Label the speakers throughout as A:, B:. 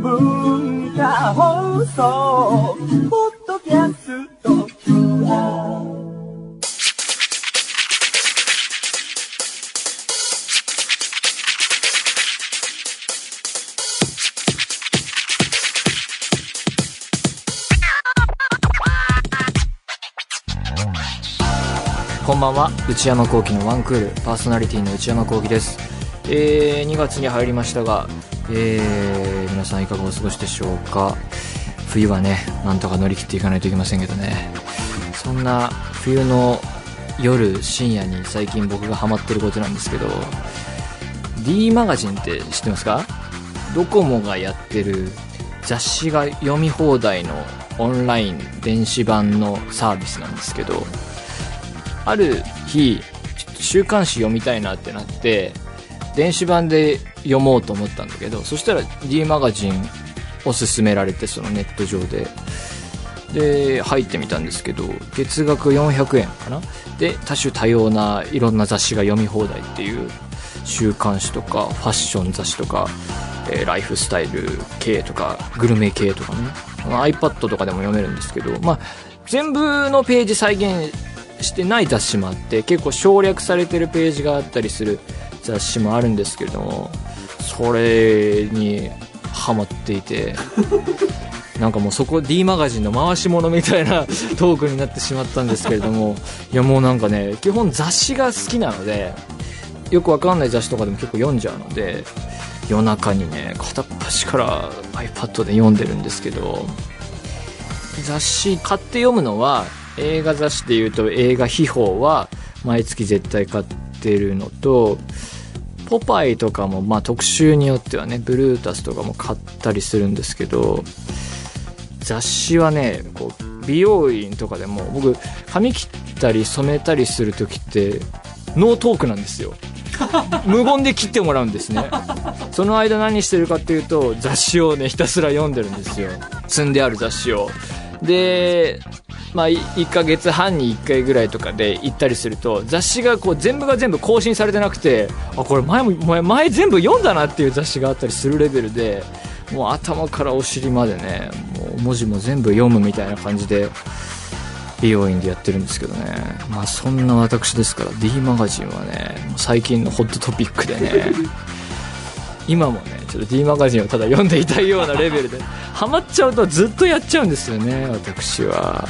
A: 文化放送ポッドキャスト
B: こんばんは内山聖輝のワンクールパーソナリティの内山聖輝です、えー、2月に入りましたが、えー、皆さんいかがお過ごしでしょうか冬はねなんとか乗り切っていかないといけませんけどねそんな冬の夜深夜に最近僕がハマってることなんですけど D マガジンって知ってますかドコモがやってる雑誌が読み放題のオンライン電子版のサービスなんですけどある日ちょっと週刊誌読みたいなってなって電子版で読もうと思ったんだけどそしたら D マガジンを勧められてそのネット上でで入ってみたんですけど月額400円かなで多種多様ないろんな雑誌が読み放題っていう週刊誌とかファッション雑誌とか、えーライフスタイル系とかグルメ系とかねまあ iPad とかでも読めるんですけど、まあ、全部のページ再現してない雑誌もあって結構省略されてるページがあったりする雑誌もあるんですけれどもそれにハマっていてなんかもうそこ D マガジンの回し物みたいな トークになってしまったんですけれどもいやもうなんかね基本雑誌が好きなのでよくわかんない雑誌とかでも結構読んじゃうので夜中にね片っ端から iPad で読んでるんですけど雑誌買って読むのは映画雑誌でいうと映画秘宝は毎月絶対買ってるのとポパイとかもまあ特集によってはねブルータスとかも買ったりするんですけど雑誌はねこう美容院とかでも僕髪切ったり染めたりする時ってノートークなんですよ無言で切ってもらうんですねその間何してるかっていうと雑誌をねひたすら読んでるんですよ積んである雑誌をでまあい1ヶ月半に1回ぐらいとかで行ったりすると雑誌がこう全部が全部更新されてなくてあこれ前も前前全部読んだなっていう雑誌があったりするレベルでもう頭からお尻までねもう文字も全部読むみたいな感じで美容院でやってるんですけどねまあそんな私ですから D マガジンはねもう最近のホットトピックでね今もねちょっと D マガジンをただ読んでいたいようなレベルで ハマっちゃうとずっとやっちゃうんですよね私は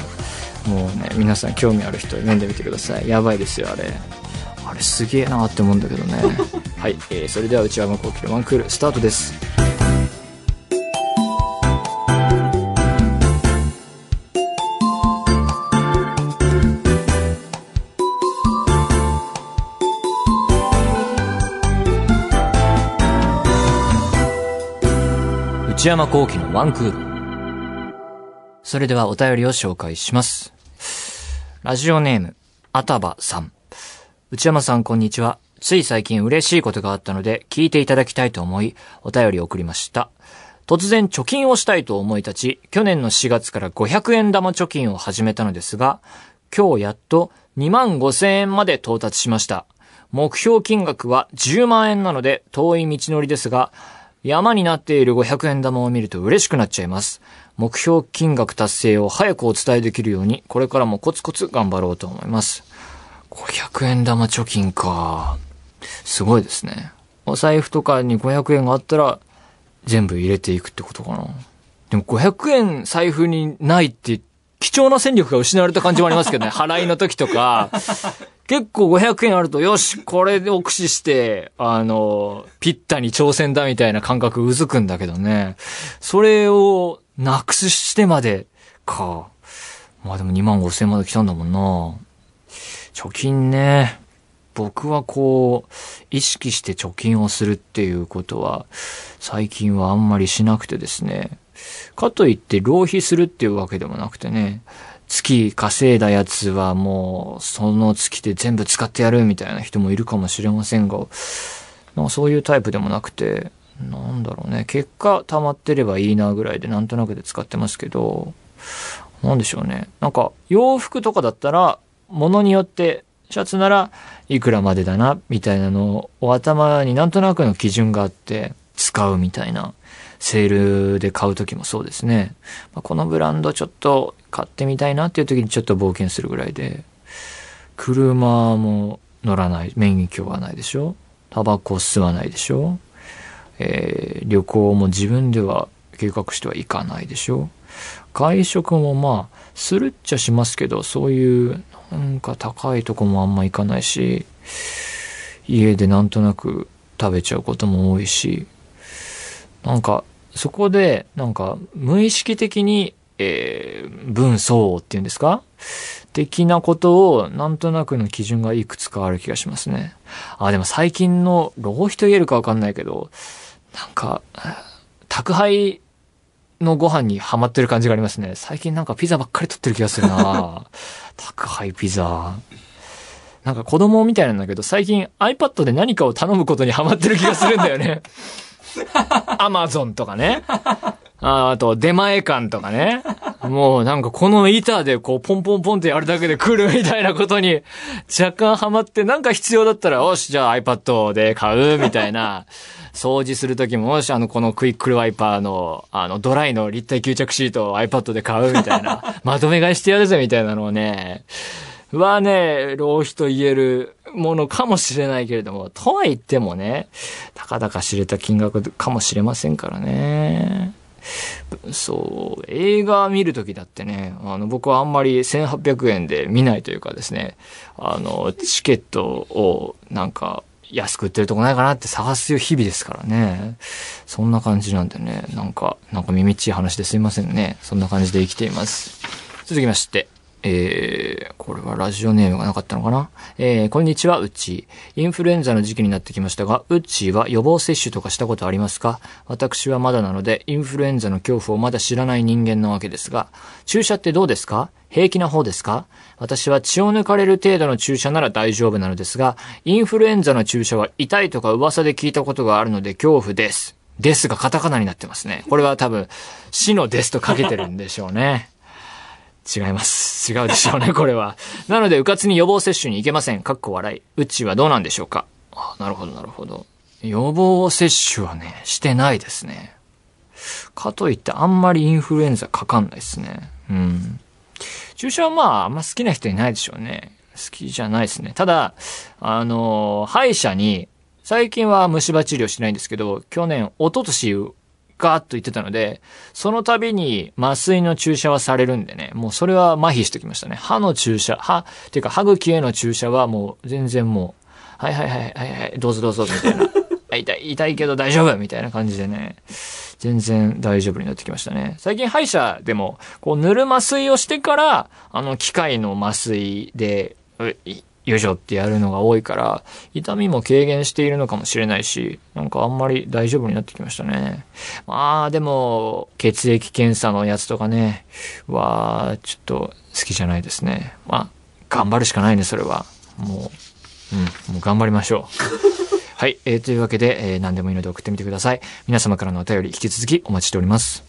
B: もうね皆さん興味ある人読んでみてくださいやばいですよあれあれすげえなって思うんだけど ねはい、えーそれでは内山聖輝のワンクールスタートです内山聖輝のワンクール。それではお便りを紹介します。ラジオネーム、あたばさん。内山さんこんにちは。つい最近嬉しいことがあったので、聞いていただきたいと思い、お便りを送りました。突然貯金をしたいと思い立ち、去年の4月から500円玉貯金を始めたのですが、今日やっと2万5000円まで到達しました。目標金額は10万円なので遠い道のりですが、山になっている500円玉を見ると嬉しくなっちゃいます。目標金額達成を早くお伝えできるように、これからもコツコツ頑張ろうと思います。500円玉貯金か。すごいですね。お財布とかに500円があったら、全部入れていくってことかな。でも500円財布にないって、貴重な戦力が失われた感じもありますけどね。払いの時とか。結構500円あると、よし、これを駆使して、あの、ピッタに挑戦だみたいな感覚うずくんだけどね。それをなくしてまで、か。まあでも2万5千まで来たんだもんな。貯金ね。僕はこう、意識して貯金をするっていうことは、最近はあんまりしなくてですね。かといって浪費するっていうわけでもなくてね。月稼いだやつはもう、その月で全部使ってやるみたいな人もいるかもしれませんが、なんかそういうタイプでもなくて、なんだろうね。結果溜まってればいいなぐらいでなんとなくで使ってますけど、なんでしょうね。なんか、洋服とかだったら、物によって、シャツならいくらまでだな、みたいなのを頭になんとなくの基準があって、使うみたいな、セールで買う時もそうですね。まあこのブランドちょっと買ってみたいなっていう時にちょっと冒険するぐらいで、車も乗らない、免許はないでしょタバコ吸わないでしょえー旅行も自分では計画してはいかないでしょ外食もまあするっちゃしますけどそういうなんか高いとこもあんま行かないし家でなんとなく食べちゃうことも多いしなんかそこでなんか無意識的に、えー、分相応っていうんですか的なことをなんとなくの基準がいくつかある気がしますね。あ、でも最近の浪費と言えるかわかんないけど、なんか、宅配のご飯にハマってる感じがありますね。最近なんかピザばっかり取ってる気がするな宅配ピザ。なんか子供みたいなんだけど、最近 iPad で何かを頼むことにハマってる気がするんだよね。アマゾンとかね。ああと、出前館とかね。 もうなんかこの板でこうポンポンポンってやるだけで来るみたいなことに若干ハマってなんか必要だったら、よし、じゃあ iPad で買うみたいな。 掃除するときも、よし、あの、このクイックルワイパーの、あの、ドライの立体吸着シートを iPad で買うみたいな。 まとめ買いしてやるぜみたいなのをね。はね、浪費と言えるものかもしれないけれども、とは言ってもね、たかだか知れた金額かもしれませんからね。そう、映画見るときだってね、あの、僕はあんまり1800円で見ないというかですね、あの、チケットをなんか安く売ってるとこないかなって探す日々ですからね。そんな感じなんでね、なんか、なんか耳っちい話ですいませんね。そんな感じで生きています。続きまして。えー、これはラジオネームがなかったのかなえー、こんにちは、うっちー。インフルエンザの時期になってきましたが、うっちーは予防接種とかしたことありますか私はまだなので、インフルエンザの恐怖をまだ知らない人間なわけですが、注射ってどうですか平気な方ですか私は血を抜かれる程度の注射なら大丈夫なのですが、インフルエンザの注射は痛いとか噂で聞いたことがあるので恐怖です。ですがカタカナになってますね。これは多分、死のですとかけてるんでしょうね。違います。違うでしょうね、これは。なので、うかつに予防接種に行けません。かっこ笑い。うちはどうなんでしょうかあ、なるほど、なるほど。予防接種はね、してないですね。かといって、あんまりインフルエンザかかんないですね。うん。注射はまあ、あんま好きな人いないでしょうね。好きじゃないですね。ただ、あのー歯医者に、最近は虫歯治療してないんですけど、去年、一昨年、ガーッと言ってたので、その度に麻酔の注射はされるんでね、もうそれは麻痺してきましたね。歯の注射、歯、っていうか歯茎への注射はもう全然もう、はいはいはいはいはい、どうぞどうぞ、みたいな。あ痛い、痛いけど大丈夫みたいな感じでね。全然大丈夫になってきましたね。最近歯医者でも、こう、塗る麻酔をしてから、あの、機械の麻酔で、ういよいしょってやるのが多いから、痛みも軽減しているのかもしれないし、なんかあんまり大丈夫になってきましたね。まあ、でも、血液検査のやつとかね、は、ちょっと好きじゃないですね。まあ、頑張るしかないね、それは。もう、うん、もう頑張りましょう。はい、えーというわけで、えー何でもいいので送ってみてください。皆様からのお便り、引き続きお待ちしております。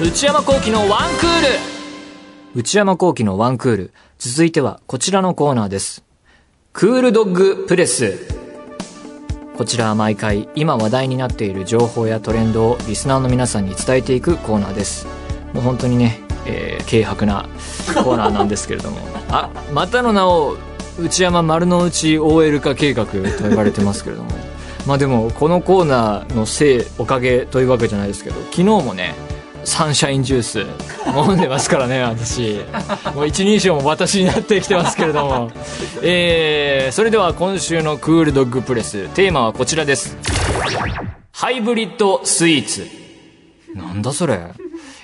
B: 内山幸喜のワンクール内山幸喜のワンクール。続いてはこちらのコーナーです。クールドッグプレス。こちらは毎回今話題になっている情報やトレンドをリスナーの皆さんに伝えていくコーナーです。もう本当にね、えー軽薄なコーナーなんですけれども。あ、またの名を内山丸の内 OL 化計画と呼ばれてますけれども。まあでもこのコーナーのせいおかげというわけじゃないですけど昨日もねサンシャインジュース 飲んでますからね私もう一人称も私になってきてますけれども、 えー、それでは今週のクールドッグプレステーマはこちらですハイブリッドスイーツなんだそれ。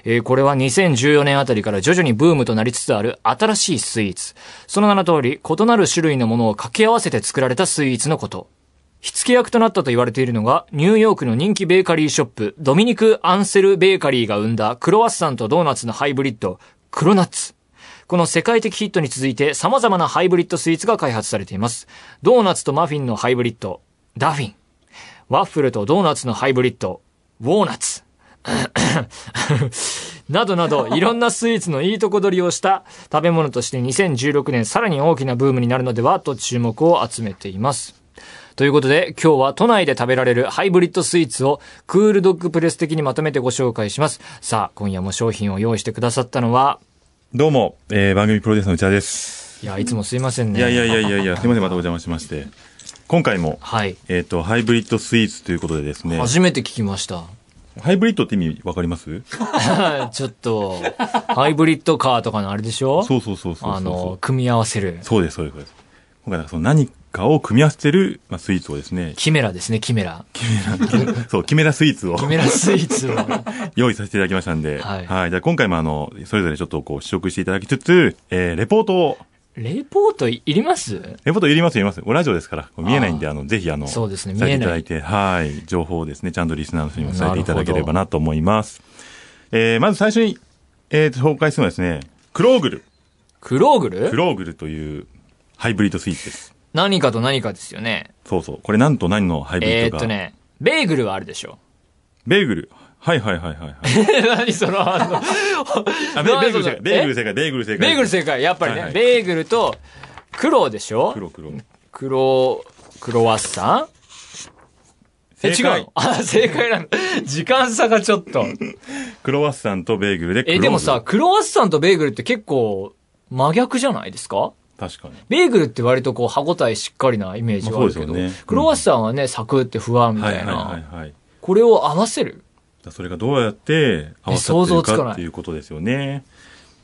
B: えーこれは2014年あたりから徐々にブームとなりつつある新しいスイーツ。その名の通り、異なる種類のものを掛け合わせて作られたスイーツのこと。火付け役となったと言われているのが、ニューヨークの人気ベーカリーショップ、ドミニク・アンセル・ベーカリーが生んだクロワッサンとドーナツのハイブリッド、クロナッツ。この世界的ヒットに続いて様々なハイブリッドスイーツが開発されています。ドーナツとマフィンのハイブリッド、ダフィン。ワッフルとドーナツのハイブリッド、ウォーナッツ。 などなど、いろんなスイーツのいいとこ取りをした食べ物として2016年さらに大きなブームになるのではと注目を集めています。ということで、今日は都内で食べられるハイブリッドスイーツをクールドッグプレス的にまとめてご紹介します。さあ、今夜も商品を用意してくださったのは、
C: どうも、えー、番組プロデューサーの内田です。
B: いや、いつもすいませんね。
C: いやいやいやいやいや、すいません、またお邪魔しまして。今回も、
B: はい。
C: えっ、と、ハイブリッドスイーツということでですね、
B: 初めて聞きました。
C: ハイブリッドって意味わかります
B: ちょっと、ハイブリッドカーとかのあれでしょ
C: そうそうそうそうそう。
B: あの、組み合わせる。
C: そうです、そうです、そうです。今回、その何かを組み合わせてる、まあ、スイーツをですね、
B: キメラですね、キメラ。
C: そう、キメラスイーツを
B: キメラスイーツを。
C: 用意させていただきましたんで、
B: はい
C: じゃあ今回もあの、それぞれちょっとこう、試食していただきつつ、えー、レポートを、
B: レポートいります
C: レポートいります、いります。おラジオですから、こう見えないんで、あの、ぜひあの、
B: そうですね
C: されて
B: 見えない
C: いただいて、はい、情報をですね、ちゃんとリスナーの人にも伝えていただければなと思います。えー、まず最初に、えーと、紹介するのはですね、クローグル。
B: クローグ
C: ク
B: ル
C: ローグルという、ハイブリッドスイーツです。
B: 何かと何かですよね。
C: そうそう。これなんと何のハイブリッド
B: え
C: か。
B: ーっとね、ベーグルはあるでし ょ。
C: ベーグル。はいはいはいはい はい。
B: 何その、あの、
C: あ、ベ
B: なん
C: ベ
B: だ
C: ーグル正
B: え
C: 解。ベーグル正解。ベーグル正解。
B: ベーグル正解。やっぱりね、
C: はいはい
B: ベーグルと、黒でしょ
C: 黒黒。
B: 黒、黒ワッサンえ、違
C: 正
B: う
C: 解
B: のあ、正解なの。時間差がちょっと。
C: クロワッサンとベーグルでクロー
B: え、
C: グ
B: で
C: ル
B: もさ、、クロワッサンとベーグルって結構、真逆じゃないですか
C: 確かに。
B: ベーグルって割とこう歯応えしっかりなイメージがあるけど、
C: まあそうですよね
B: クロワッサンはね、サクって不安み
C: は
B: た
C: い
B: い
C: は
B: な。
C: いはいはい。
B: これを合わせる
C: だそれがどうやって合わさ
B: え想
C: って
B: 像
C: る
B: つか
C: か
B: ない
C: っていうことですよね。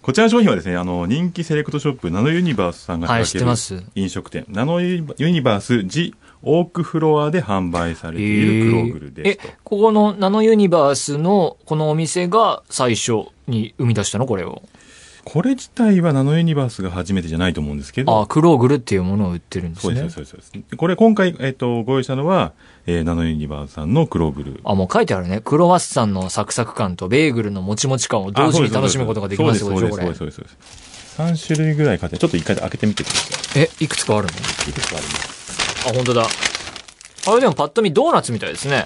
C: こちらの商品はですね、あの、人気セレクトショップ、ナノユニバースさんが
B: はい
C: 手
B: 知ってます
C: 掛ける飲食店、ナノユニバースジオークフロアで販売されているクローグルですと
B: え。、ここのナノユニバースのこのお店が最初に生み出したのこれを。
C: これ自体はナノユニバースが初めてじゃないと思うんですけど、
B: あ、クローグルっていうものを売ってるんで
C: そ
B: す
C: う
B: ね。
C: です、そうです、そうです。これ今回、えっ、と、ご用意したのは、えーナノユニバースさんのクローグル。
B: あ、もう書いてあるね。クロワッサンのサクサク感とベーグルのもちもち感を同時に楽しむことができます
C: そ
B: よ、
C: うで
B: こ
C: す、
B: れ
C: そう
B: こ
C: です、そうです。そうです3種類ぐらい買って、ちょっと一回開けてみてくださ
B: れえ、いくつかあるの
C: い。いくつかあります。
B: あ、本当だ。あれでもパッと見ドーナツみたいですね。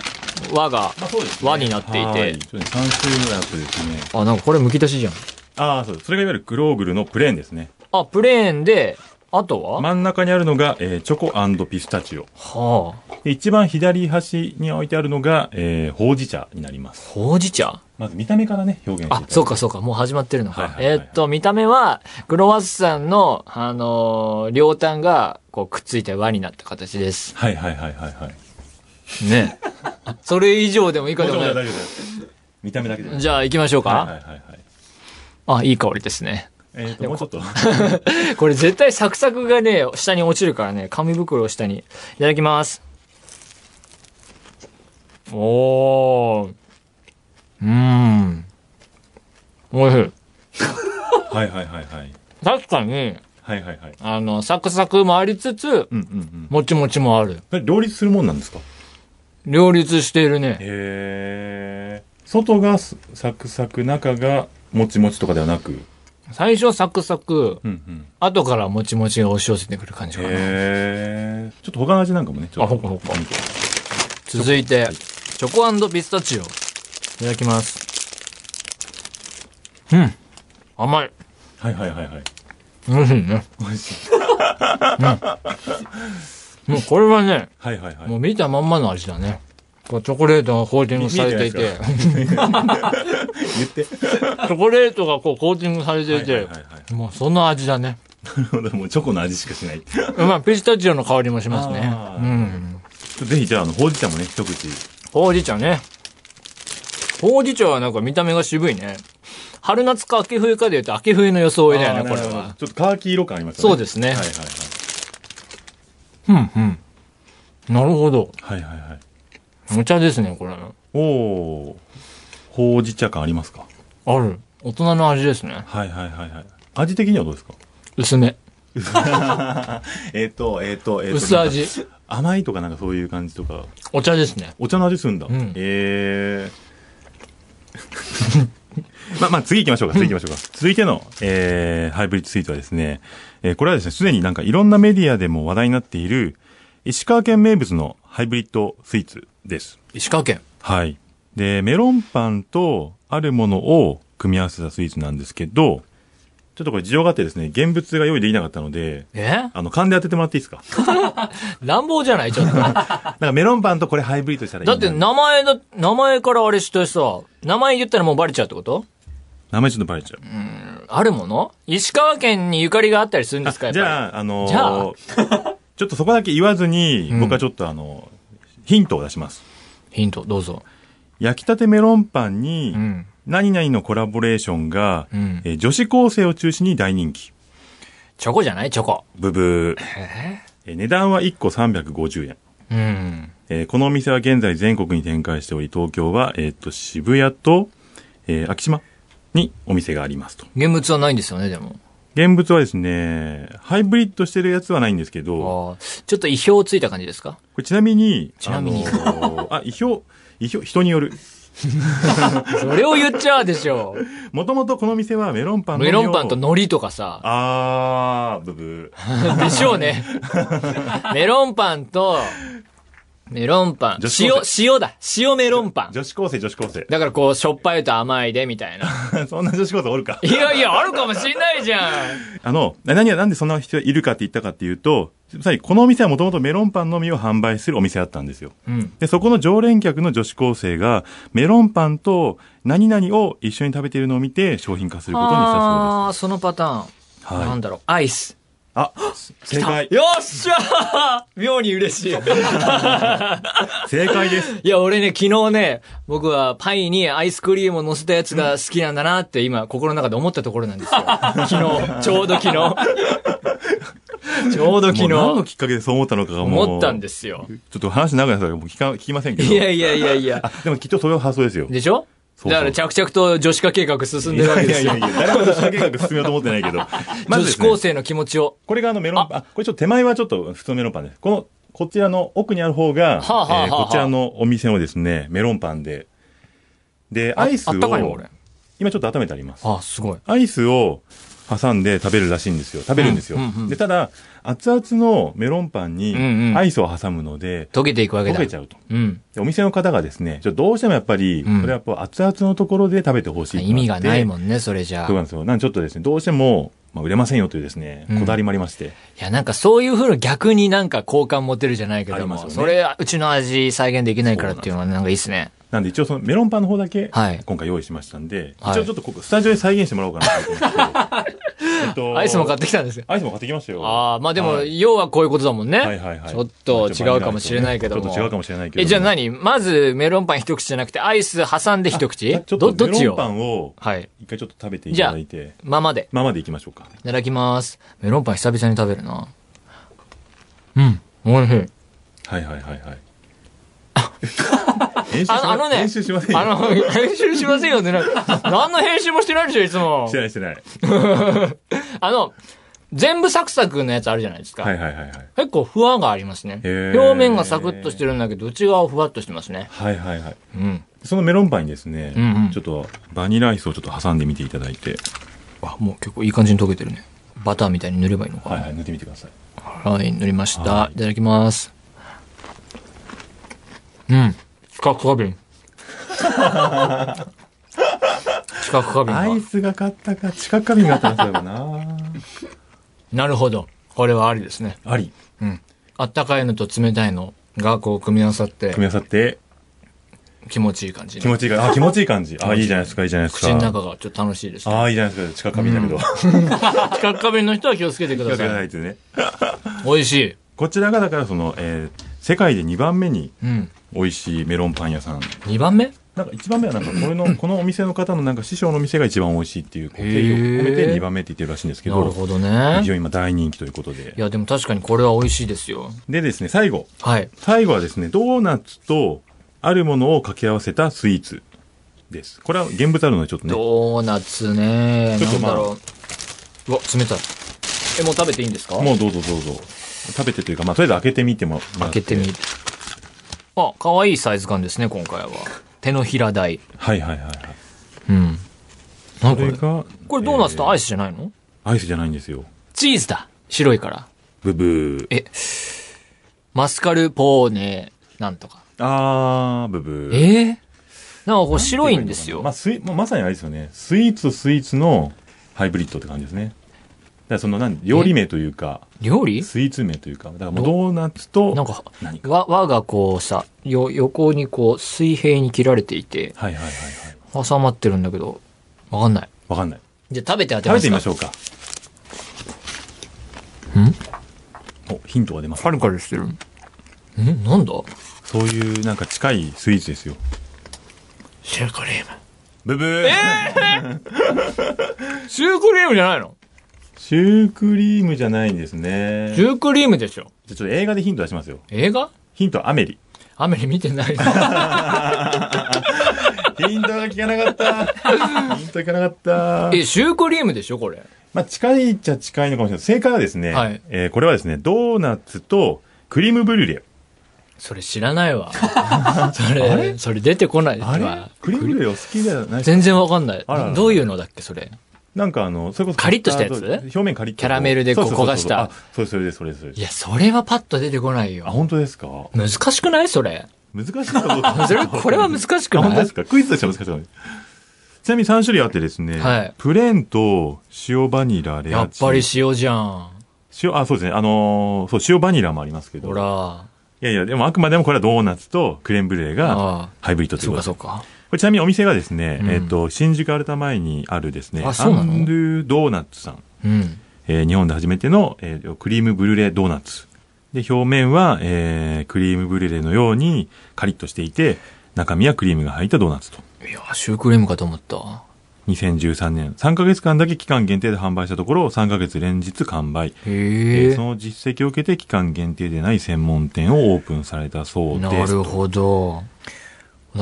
B: 輪が
C: まあ、そうです、
B: 輪になってい
C: はい
B: て。
C: ちょっとね三種類ぐらいあってですね。
B: あ、なんかこれ剥き出しじゃん。
C: ああ、そうです。それがいわゆるグローグルのプレーンですね。
B: あ、プレーンで、あとは、
C: 真ん中にあるのが、えーチョコピスタチオ。
B: はあ。
C: で一番左端に置いてあるのが、えーほうじ茶になります。
B: ほうじ茶
C: まず見た目からね、表現して
B: あ、そうかそうか、もう始まってるのか。
C: はいはいはいはい
B: えーっと、見た目は、クロワッサンの、あのー両端が、こう、くっついて輪になった形です。
C: はいはいはいはいはい。
B: ね。 それ以上でも以下でも
C: 大丈夫
B: な
C: 大丈夫です。見た目だけで。
B: い。じゃあ、行きましょうか。
C: はいはいはいはい。
B: あ、いい香りですね。
C: えー、と、もうちょっと。
B: これ絶対サクサクがね、下に落ちるからね、紙袋を下に。いただきます。おー。うーん。おいしい。
C: はいはいはいはい。
B: 確かに、
C: はいはいはい。
B: あの、サクサクもありつつ、
C: うんうんうん。
B: もちもちもある。
C: これ両立するもんなんですか
B: 両立しているね。
C: へえ。外がすサクサク、中がもちもちとかではなく。
B: 最初サクサク、
C: うんうん。
B: 後からもちもちが押し寄せてくる感じかな。
C: へえ。ちょっと他の味なんかもね、ちょっと。
B: あほっかほっか続いて、チョコピスタチオ。いただきます。うん。甘い。
C: はいはいはいはい。
B: 美味しいね。
C: 美味しい。
B: もうこれはね、
C: はいはいはい。
B: もう見たまんまの味だね。こうチョコレートがコーティングされてい
C: 見
B: て
C: え、言って。
B: チョコレートがこうコーティングされてい
C: はい
B: て
C: はいはい、は
B: もうその味だね。
C: い。なるほど、もうチョコの味しかしない。ぜ
B: まあ、ピスタチオの香りもしますね。
C: あー
B: うん。
C: ひじゃあ、あの、ほうじ茶もね、一口。
B: ほうじ茶ね。ほうじ茶はなんか見た目が渋いね。春夏か秋冬かで言うと秋冬の装いだよね、これ
C: あーなるほ
B: は。
C: どちょっとカーキ色感ありますよね。
B: そうですね
C: はいはい
B: うんうん。なるほど。
C: はい。はいはいはい。
B: お茶ですね、これ。
C: おお。ほうじ茶感ありますか
B: ある。大人の味ですね。
C: はいはいはいはい。味的にはどうですか
B: 薄め。
C: えっと、えっと、えっと。
B: 薄味。
C: 甘いとかなんかそういう感じとか。
B: お茶ですね。
C: お茶の味するんだ。
B: ん
C: ええ まあまあ次行きましょうか、次行きましょうか。続いての、えー、ハイブリッドスイートはですね、えー、これはですね、すでになんかいろんなメディアでも話題になっている、石川県名物のハイブリッドスイーツです。
B: 石川県。
C: はい。で、メロンパンとあるものを組み合わせたスイーツなんですけど、ちょっとこれ事情があってですね、現物が用意できなかったので、
B: え
C: あの、勘で当ててもらっていい ですか
B: 乱暴じゃないちょ っと。だ
C: なんかメロンパンとこれハイブリッドしたらいいな
B: って名前だ、名前からあれしてさ、名前言ったらもうバレちゃうってこと
C: 名前ちょっとバレちゃう。
B: あるもの石川県にゆかりがあったりするんですかやっぱ
C: じ
B: り。
C: ゃあ、あのー
B: じ
C: ちょっとそこだけ言わずに、僕はちょっとあの、ヒントを出します。
B: ヒント、どうぞ。
C: 焼きたてメロンパンに
B: うん、
C: 何々のコラボレーションが、
B: うん
C: えー女子高生を中心に大人気。
B: チョコじゃないチョコ。
C: ブブー。
B: え
C: えー値段は1個350円。
B: うん。
C: えーこのお店は現在全国に展開しており、東京は、えーっと、渋谷と、えー、秋島にお店がありますと。
B: 現物はないんですよね、でも。
C: 現物はですね、ハイブリッドしてるやつはないんですけど、
B: あーちょっと意表をついた感じですか
C: これちなみに、
B: ちなみに
C: あのーあ、意表、意表、人による。
B: それを言っちゃうでし ょ。
C: もともとこの店はメロンパンの
B: メ
C: みを
B: ロンパンと海苔とかさ。
C: あー、ブブー。
B: でしょうね。メロンパンと、メロンパン。
C: 女子
B: 塩
C: 高、
B: 塩だ。塩メロンパン。
C: 女子高生、女子高生。
B: だからこう、しょっぱいと甘いで、みたいな。
C: そんな女子高生おるか
B: い。やいや、あるかもしんないじゃん。
C: あの、な何が、なんでそんな人がいるかって言ったかっていうと、さにこのお店はもともとメロンパンのみを販売するお店だったんですよ。
B: うん。
C: で、そこの常連客の女子高生が、メロンパンと何々を一緒に食べているのを見て商品化することにしたそうで
B: あー、そのパターン。
C: はい
B: なんだろう、アイス。
C: す。あ、正解。
B: よっしゃー妙に嬉しい。
C: 正解です。
B: いや、俺ね、昨日ね、僕はパイにアイスクリームを乗せたやつが好きなんだなって今、心の中で思ったところなんです よ。昨日、ちょうど昨日。ちょうど昨
C: もう何の
B: 日、
C: きっかけでそう思ったのかがもう。
B: 思ったんですよ。
C: ちょっと話長いですからもう聞か、聞きませんけど。
B: いやいやいやいや
C: あ。、でもきっとそういう発想ですよ。
B: でしょ
C: そうそう
B: だから着々と女子化計画進んでるわけですよ。
C: いやいやいや誰も女子計画進めようと思ってないけど。
B: 女
C: ま
B: 子
C: ずです ね
B: 高生の気持ちを。
C: これがあのメロンパン、あ、これちょっと手前はちょっと普通のメロンパンです。この、こちらの奥にある方が、
B: はあはあはあ
C: えーこちらのお店のですね、メロンパンで。で、
B: あ
C: アイスを、
B: あったかいのこれ
C: 今ちょっと温めてあります。
B: あ、すごい。
C: アイスを挟んで食べるらしいんですよ。食べるんですよ。
B: うんうんうん
C: で、ただ、熱々のメロンパン
B: うんう
C: に
B: ん
C: アイスを挟むので、
B: 溶けていくわけだ。
C: 溶けちゃうと。
B: うん。
C: でお店の方がですね、ちょっとどうしてもやっぱり、
B: うん
C: これはやっぱ熱々のところで食べてほしい
B: 意味がない
C: ん。
B: もんね、それじゃあ。
C: そ
B: い
C: うなんですよ。なんでちょっとですね、どうしても、まあ、売れませんよというですね、
B: うん
C: こだわりもありまして。
B: や、なんかそういう風の逆になんか好感持てるじゃないけ
C: あ
B: ど
C: りま
B: も、
C: すよね
B: それ、うちの味再現できないからっていうのはなんかいいっすね。
C: なんで一応そのメロンパンの方だけ
B: はい、
C: 今回用意しましたんで、
B: はい
C: 一応ちょっとここ、スタジオで再現してもらおうかなと思って ますけどえっと
B: アイスも買っててきたんですよ。
C: アイスも買ってきましたよ。
B: ああ、まあでも、
C: はい
B: 要はこういうことだもんね。
C: はいはいはい
B: ちょっと違うかもしれないけども。
C: ちょっと違うかもしれないけど
B: え、
C: も
B: じゃあ何まず、メロンパン一口じゃなくて、アイス挟んで一口
C: ちょっ
B: ど、
C: と
B: どっ
C: メ
B: ち
C: ロンパ
B: よ
C: ンを、
B: はい。
C: 一回ちょっと食べていただいて、
B: ままで。
C: ままでいきましょうか。
B: いただきます。メロンパン久々に食べるな。うん、おいしい。
C: はいはいはいはい。 編集しま
B: あのあのね
C: 編集しませんよ。
B: あの、編集しませんよね。なんか何の編集もしてないでしょ、いつも
C: して。ないしてない。
B: あの、全部サクサクのやつあるじゃないですか。
C: はいはいはいはい。
B: 結構、ふわがありますね。
C: へー
B: 表面がサクッとしてるんだけど、内側はふわっとしてますね。
C: はいはいはい。
B: うん。
C: そのメロンパンにですね、
B: うんうん
C: ちょっとバニラアイスをちょっと挟んでみていただいて、
B: あ、もう結構いい感じに溶けてるね。バターみたいに塗ればいいのか。
C: はいはい、塗ってみてください。
B: はい、塗りました。
C: はい
B: い、ただきます。うん。四角花 瓶。四角花
C: ア
B: 瓶
C: イ
B: か。
C: スが買ったか、近く過敏 があったんだよな。
B: なるほど。これはありですね。
C: あり。
B: うん。あったかいのと冷たいのがこう組み合わさって
C: 組み合わさって、
B: 気持ちいい感じに。
C: 気持ちいいか、あ、気持ちいい感じ。 あ、いいじゃないですか、いいじゃないですか。
B: 口の中がちょっと楽しいですね。
C: ああ、いいじゃないですか、 近く過敏だけど。
B: 四角花瓶の人は気をつけてく
C: 気を
B: だ
C: つけな
B: さ
C: い
B: い。
C: ですね。
B: 美味しい。
C: こちらが、だからその、えー世界で2番目に
B: うん。
C: 美味しいメロンパン屋さん。
B: 2番目
C: なんか1番目はなんか、こ れの、このお店の方のなんか師匠の店が一番美味しいっていう、こう
B: へ
C: 定
B: ー
C: 義を込めて2番目って言ってるらしいんですけ
B: な
C: ど、
B: るほどね
C: 非。常に今大人気ということで
B: い。や、でも確かにこれは美味しいですよ。
C: でですね、最後。
B: はい。
C: 最後はですね、ドーナツとあるものを掛け合わせたスイーツです。これは現物あるのでちょっとね、
B: ドーナツね。
C: ちょっ
B: な
C: と
B: ん
C: まあ
B: だろう。うわ、冷たい。え、もう食べていいんですか
C: もうどうぞどうぞ。食べてというか、まあ、とりあえず開けてみてもら
B: 開けてみる。あ、可愛いサイズ感ですね、今回は。手のひら台。
C: はいはいはいはい。
B: うん。なん
C: これ
B: かこれ、
C: が、
B: これドーナツとアイ
C: ス、
B: スじゃないの
C: アイスじゃないんですよ。
B: チーズだ。白いから。
C: ブブー。
B: え、マスカルポーネ、なんとか。
C: あー、ブブー。
B: えーなんかこう白いんですよ
C: まあ、スイもうまさにあれですよね。スイーツとスイーツのハイブリッドって感じですね。だからその、なん料理名というか、
B: 料理
C: スイーツ名というか、だからもうドーナツと、
B: なんか
C: 何か。
B: わ輪がこうさよ横にこう水平に切られていて
C: はいはいはいはい。
B: 挟まってるんだけどわかんない
C: わかんない。
B: じゃあ食べて当て
C: 食
B: ま
C: べ
B: す
C: てみま
B: か
C: しょうか。
B: ん
C: お、ヒントが出ます。
B: カリカリしてるんなんだ
C: そういうなんか近いスイーツですよ。
B: シュークリーム
C: ブブー、
B: シュークリームじゃないの
C: シュークリームじゃないんですね。
B: シ
C: じゃ
B: ュークリームでしょ
C: あちょっと映画でヒント出しますよ。
B: 映画
C: ヒント、アメリ。
B: 雨に見て ないの
C: ヒントが聞かな かった。ヒント聞かなかった。
B: えシュークリームでしょこれ
C: まあ、近いっちゃ近いのかもしれない。正解はですね、
B: はい
C: えーこれはですね、ドーナツとクリームブリュレ。
B: それ知らない わそれそれ出てこない
C: あれ
B: わ
C: クリームブリュレお好きじゃないですか
B: 全然わかんない
C: あらら
B: どういうのだっけそれ
C: なんかあの、それこそ。
B: カリッとしたやつ
C: 表面カリッと。
B: キャラメルでこう
C: そうそう
B: 焦
C: そう
B: がした
C: あ、それそれです、それですそれ
B: い
C: です。
B: やそれはパッと出てこない
C: あ、
B: よ
C: 本当ですか
B: 難しくないそれ
C: 難しいこと
B: それこれは難しくない
C: あ本当ですかクイズとしては難しいことちなみに3種類あってですね、
B: はい
C: プレーンと塩バニラレ
B: や
C: ア
B: っ
C: チー
B: ぱり
C: ズ
B: 塩じゃん。
C: 塩、あ、そうですね、あのーそう、塩バニラもありますけど。
B: ほら。
C: いやいや、でもあくまでもこれはドーナツとクレーンブレー
B: ああ
C: がハイブリッドという
B: そう
C: こと
B: かそ
C: で
B: うか。
C: これちなみにお店がですね、
B: うん
C: えっ、と、新宿アルタ前にあるですね、
B: あそうなの
C: アンドゥドーナツさん。
B: うん。
C: えー日本で初めての、えークリームブルーレイドーナツ。で、表面は、えークリームブルーレイのようにカリッとしていて、中身はクリームが入ったドーナツと。
B: いや、シュークリームかと思った。
C: 2013年、3ヶ月間だけ期間限定で販売したところ、3ヶ月連日完売。
B: へ
C: えー
B: え
C: そ。の実績を受けて期間限定でない専門店をオープンされたそうです。
B: なるほど。お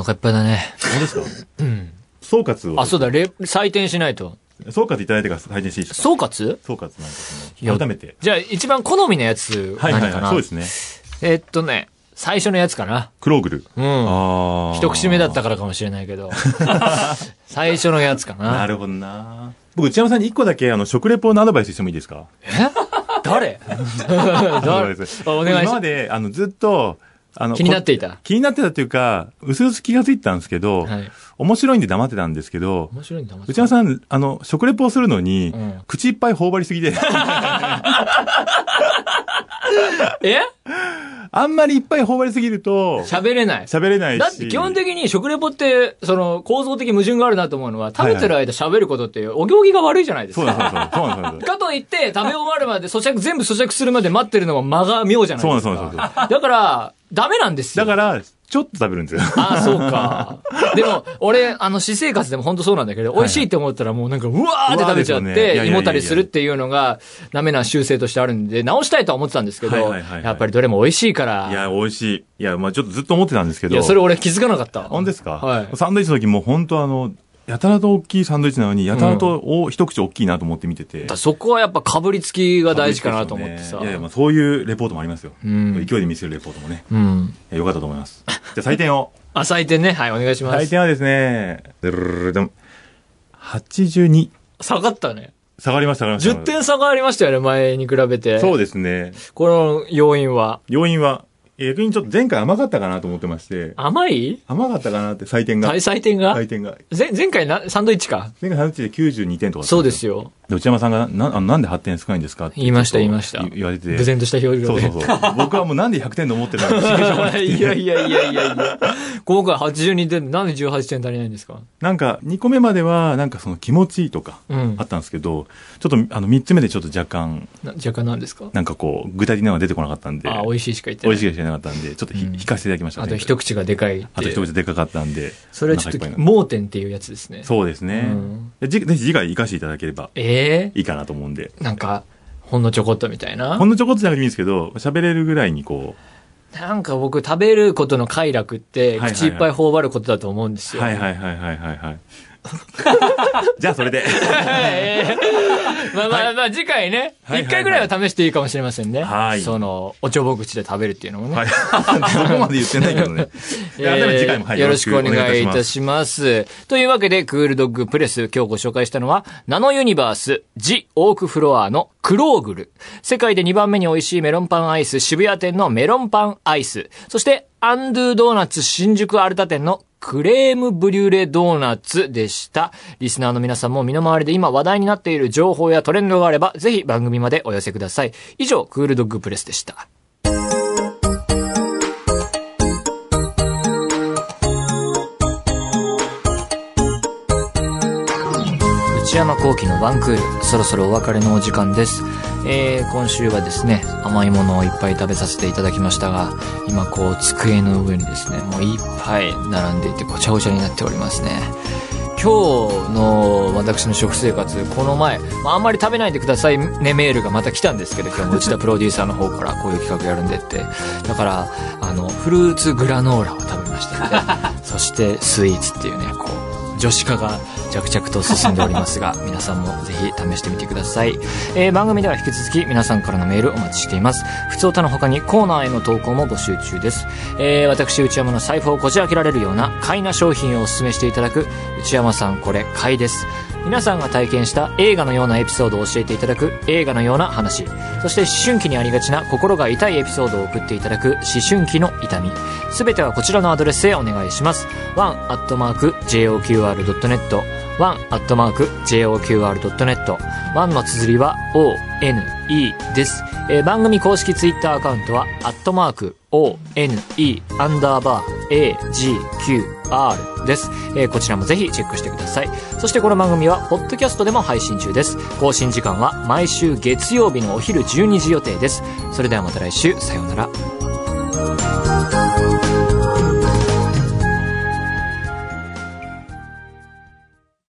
B: 腹いっぱいだね。
C: どうですか
B: うん。
C: 総括を。
B: あ、そうだ、レ、採点しないと。
C: 総括いただいてから配信していいですか
B: 総括
C: 総括なんです
B: いや
C: ね。改めて。
B: じゃあ、一番好みのやつ、
C: はい
B: 何
C: はい
B: か
C: はい。
B: な
C: そうですね。
B: えっとね、最初のやつかな。
C: クローグル。
B: うん。
C: ああ。
B: 一口目だったからかもしれないけ ど。最初のやつかな。
C: なるほどな。僕、内山さんに一個だけ、あの、食レポのアドバイスしてもいいですか
B: え 誰
C: アドバ
B: 誰
C: イス
B: お願い
C: 今
B: し
C: まで、あの、ずっと、あの、
B: 気になってい
C: こ。
B: た。
C: 気になってたっていうか、うすうす気がついてたんですけど、
B: はい。
C: 面白いんで黙ってたんですけど、
B: 面白いんだ、マジで
C: 内山さん、あの、食レポをするのに、
B: うん
C: 口いっぱい頬張りすぎで、
B: え
C: あんまりいっぱい頬張りすぎると、
B: 喋れない。
C: 喋れないし。
B: だって基本的に食レポって、その構造的矛盾があるなと思うのは、食べてる間喋ることってお行儀が悪いじゃないです
C: そう
B: か。
C: なんですそうなんです
B: かといって、食べ終わるまで咀嚼、全部咀嚼するまで待ってるのは間が妙じゃないですか。
C: そうなんですそうなんで
B: だから、ダメなんですよ。
C: だか。ら、ちょっと食べるんですよ。
B: ああ、そうか。でも、俺、あの、私生活でも本当そうなんだけど、美味しいって思ったらもうなんか、うわーって食べちゃっ
C: うわーですよねいやいやいや
B: て、
C: い
B: 胃
C: や
B: もたれするっていうのが、ダメな修正としてあるんで、直したいとは思ってたんですけ
C: はい
B: ど、
C: はいはいはい
B: やっぱりどれも美味しいから、
C: いや、美味しい。いや、まあちょっとずっと思ってたんですけ
B: い
C: ど。
B: や、それ俺気づかなかった。
C: 本当ですか、
B: はい
C: サンドイッチの時も本当あの、やたらと大きいサンドイッチなのに、やたらとお、一口大きいなと思って見てて
B: だか。らそこはやっぱかぶりつきが大事かなと思ってさ。
C: いやいや、まあそういうレポートもありますよ。
B: うん
C: 勢いで見せるレポートもね。
B: うん。
C: えよかったと思います。じゃあ採点を。
B: あ、採点ね。はい、お願いしま
C: 採
B: す。
C: 点はですね、でるるるるでも82。
B: 下がったね。
C: 下がりました、下がりました。
B: 10点差がありましたよね、前に比べて。
C: そう
B: う
C: ですね。
B: この要因は。
C: 要因は、え逆にちょっと前回甘かったかなと思ってまして、
B: 甘い
C: 甘かったかなって採点が。
B: 採採点が、
C: 採点が。
B: ぜ前回な、サンドイッチか。
C: 前回サンドイッチで92点とかだったんよ
B: そうですよ。
C: で内山さんがななあのなんで8点少ないんですかって
B: 言いました言
C: ちょっと
B: いました
C: 言われてて。
B: 無然とした表情
C: そう
B: で。
C: そうそう。僕はもうなんで100点と思ってたの か
B: いやいやいやいやいや。今回82点、なんで18点足りないんですか
C: なんか2個目まではなんかその気持ちいいとか
B: うん
C: あったんですけど、ちょっとあの3つ目でちょっと若干
B: な若干なんですか
C: なんかこう具体的なのが出てこなかったんで、
B: あ、美味しいしか言ってな
C: 美
B: い。
C: 味しいがしなかったんで、ちょっとひ、
B: うん
C: 引かせていただきました、
B: あと
C: 前回
B: 一口がでかいって。
C: あと一口でかかったんで。
B: それはちょっ
C: お腹いぱ
B: と
C: いになる
B: 盲点っていうやつですね。
C: そうですね。
B: うん
C: でじぜひ次回生かしていただければ
B: ええ
C: いいかなと思うんで。
B: なんか、ほんのちょこっとみたいな
C: ほ。んのちょこっとじゃなくていいんですけど、喋れるぐらいにこ
B: なんか僕食べることの快楽って、
C: いはいはい
B: 口いっぱい頬張ることだと思うんです
C: う。
B: よ。
C: はいはいはいはいはい はい。じゃあそれ で。
B: ええまあまあまあ次回ね、
C: はいはいはい
B: 一回ぐらいは試していいかもしれませんね。
C: はい
B: その、おちょぼ口で食べるっていうのもね。
C: はい。そこまで言ってないけどね。
B: え
C: 改めて次回も、は
B: ー
C: い、
B: よろしくお願いい
C: お願
B: たします。というわけで、クールドッグプレス、今日ご紹介したのは、ナノユニバース、ジ・オークフロアのクローグル。世界で2番目に美味しいメロンパンアイス、渋谷店のメロンパンアイス。そして、アンドゥドーナツ新宿アルタ店のクレームブリュレドーナツでした。リスナーの皆さんも身の回りで今話題になっている情報やトレンドがあれば、ぜひ番組までお寄せください。以上、クールドッグプレスでした。内山幸喜のワンクール、そろそろお別れのお時間です。えー、今週はですね、甘いものをいっぱい食べさせていただきましたが、今こう机の上にですね、もういっぱい並んでいてごちゃごちゃになっておりますね。今日の私の食生活、この前、まあ、あんまり食べないでくださいねメールがまた来たんですけど、今日も内田プロデューサーの方からこういう企画やるんでって。だから、あの、フルーツグラノーラを食べました、ね、そしてスイーツっていうね、こう、女子化が着々と進んでおりますが、皆さんもぜひ試してみてください。えー番組では引き続き皆さんからのメールお待ちしています。普通歌の他にコーナーへの投稿も募集中です。えー私、内山の財布をこじ開けられるような買いな商品をお勧めしていただく、内山さんこれ買いです。皆さんが体験した映画のようなエピソードを教えていただく映画のような話。そして思春期にありがちな心が痛いエピソードを送っていただく思春期の痛み。すべてはこちらのアドレスへお願いします。one.joqr.net one.joqr.net one の綴りは one です。えー番組公式ツイッターアカウントは、アットマーク one アンダーバー agqr です。えーこちらもぜひチェックしてください。そしてこの番組は、ポッドキャストでも配信中です。更新時間は毎週月曜日のお昼12時予定です。それではまた来週、さようなら。